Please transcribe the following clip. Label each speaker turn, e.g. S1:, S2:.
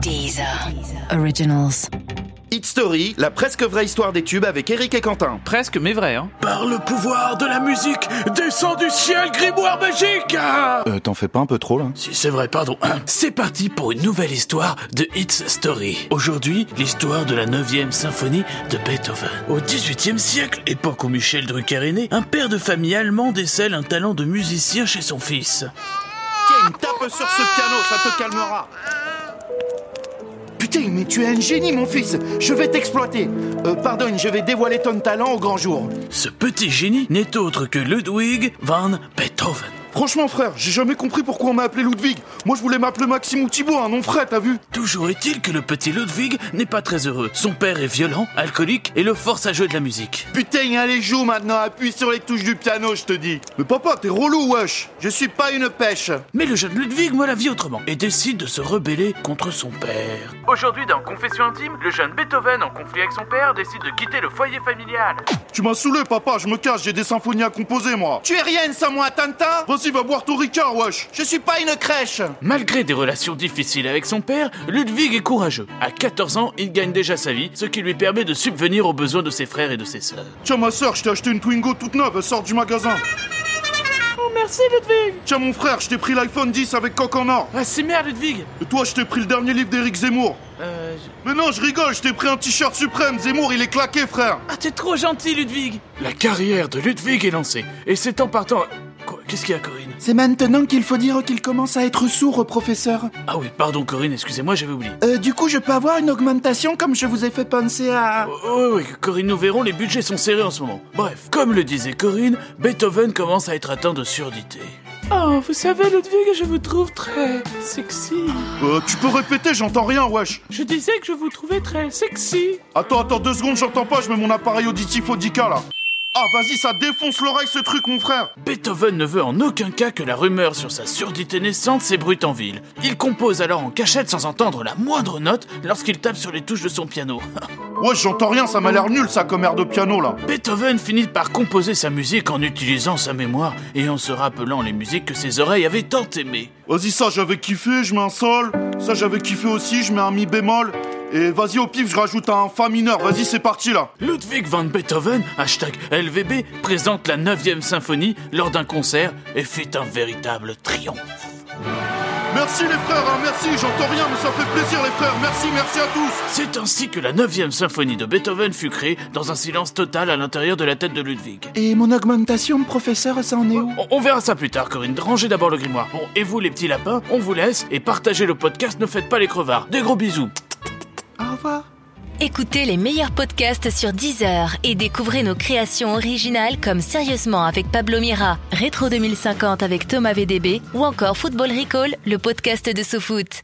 S1: Deezer. Originals.
S2: Hit Story, la presque vraie histoire des tubes avec Eric et Quentin.
S3: Presque, mais vrai. Hein.
S4: Par le pouvoir de la musique, descend du ciel, grimoire magique ah
S2: Euh, t'en fais pas un peu trop là
S4: Si c'est vrai, pardon. hein. C'est parti pour une nouvelle histoire de Hits Story. Aujourd'hui, l'histoire de la 9e symphonie de Beethoven. Au 18e siècle, époque où Michel Drucker est né, un père de famille allemand décèle un talent de musicien chez son fils.
S2: Tiens, tape sur ce piano, ça te calmera. Putain, mais tu es un génie, mon fils. Je vais t'exploiter. Euh, pardonne, je vais dévoiler ton talent au grand jour.
S4: Ce petit génie n'est autre que Ludwig van Beethoven.
S2: Franchement, frère, j'ai jamais compris pourquoi on m'a appelé Ludwig. Moi, je voulais m'appeler Maxime ou Thibaut, un nom frais, t'as vu
S4: Toujours est-il que le petit Ludwig n'est pas très heureux. Son père est violent, alcoolique et le force à jouer de la musique.
S2: Putain, allez, joue maintenant, appuie sur les touches du piano, je te dis. Mais papa, t'es relou, wesh. Je suis pas une pêche.
S4: Mais le jeune Ludwig voit la vie autrement et décide de se rebeller contre son père. Aujourd'hui dans Confession intime, le jeune Beethoven en conflit avec son père décide de quitter le foyer familial.
S2: Tu m'as saoulé, papa, je me cache, j'ai des symphonies à composer, moi. Tu es rien sans moi, Tanta Vas-y, va boire ton ricard, wesh. Je suis pas une crèche.
S4: Malgré des relations difficiles avec son père, Ludwig est courageux. À 14 ans, il gagne déjà sa vie, ce qui lui permet de subvenir aux besoins de ses frères et de ses sœurs.
S2: Tiens, ma soeur, je t'ai acheté une Twingo toute neuve, elle sort du magasin.
S4: Oh merci Ludwig
S2: Tiens, mon frère, je t'ai pris l'iPhone 10 avec coque en or.
S4: Ah c'est merde Ludwig
S2: Et toi, je t'ai pris le dernier livre d'Éric Zemmour.
S4: Euh...
S2: Mais non, je rigole, je t'ai pris un t-shirt suprême. Zemmour, il est claqué, frère.
S4: Ah t'es trop gentil Ludwig La carrière de Ludwig est lancée, et c'est en partant... Quoi Qu'est-ce qu'il y a Corinne
S2: C'est maintenant qu'il faut dire qu'il commence à être sourd, professeur. Euh,
S4: Ah oui, pardon Corinne, excusez-moi, j'avais oublié.
S2: du coup, je peux avoir une augmentation comme je vous ai fait penser à...
S4: Oh, oui, Corinne, nous verrons, les budgets sont serrés en ce moment. Bref, comme le disait Corinne, Beethoven commence à être atteint de surdité. Oh, vous savez, Ludwig, je vous trouve très sexy.
S2: Euh, tu peux répéter, j'entends rien, wesh.
S4: Je disais que je vous trouvais très sexy.
S2: Attends, attends, deux secondes, j'entends pas, je mets mon appareil auditif Audica, là. Ah, vas-y, ça défonce l'oreille, ce truc, mon frère.
S4: Beethoven ne veut en aucun cas que la rumeur sur sa surdité naissante s'ébruite en ville. Il compose alors en cachette sans entendre la moindre note lorsqu'il tape sur les touches de son piano.
S2: Wesh, j'entends rien, ça m'a l'air nul, ça, comme air de piano, là.
S4: Beethoven finit par composer sa musique en utilisant sa mémoire et en se rappelant les musiques que ses oreilles avaient tant aimées.
S2: Vas-y, ça j'avais kiffé, je mets un sol. Ça j'avais kiffé aussi, je mets un mi bémol. Et vas-y, au pif, je rajoute un fa mineur. Vas-y, c'est parti là.
S4: Ludwig van Beethoven, hashtag LVB, présente la 9e symphonie lors d'un concert et fait un véritable triomphe.
S2: Merci les frères, hein, merci. J'entends rien, mais ça fait plaisir les frères. Merci, merci à tous.
S4: C'est ainsi que la 9e symphonie de Beethoven fut créée dans un silence total à l'intérieur de la tête de Ludwig.
S5: Et mon augmentation, professeur, ça en est où
S4: On, on verra ça plus tard, Corinne. Rangez d'abord le grimoire. Bon, et vous les petits lapins, on vous laisse et partagez le podcast, ne faites pas les crevards. Des gros bisous.
S5: Au revoir.
S1: Écoutez les meilleurs podcasts sur Deezer et découvrez nos créations originales comme Sérieusement avec Pablo Mira, Rétro 2050 avec Thomas VDB ou encore Football Recall, le podcast de sous-foot.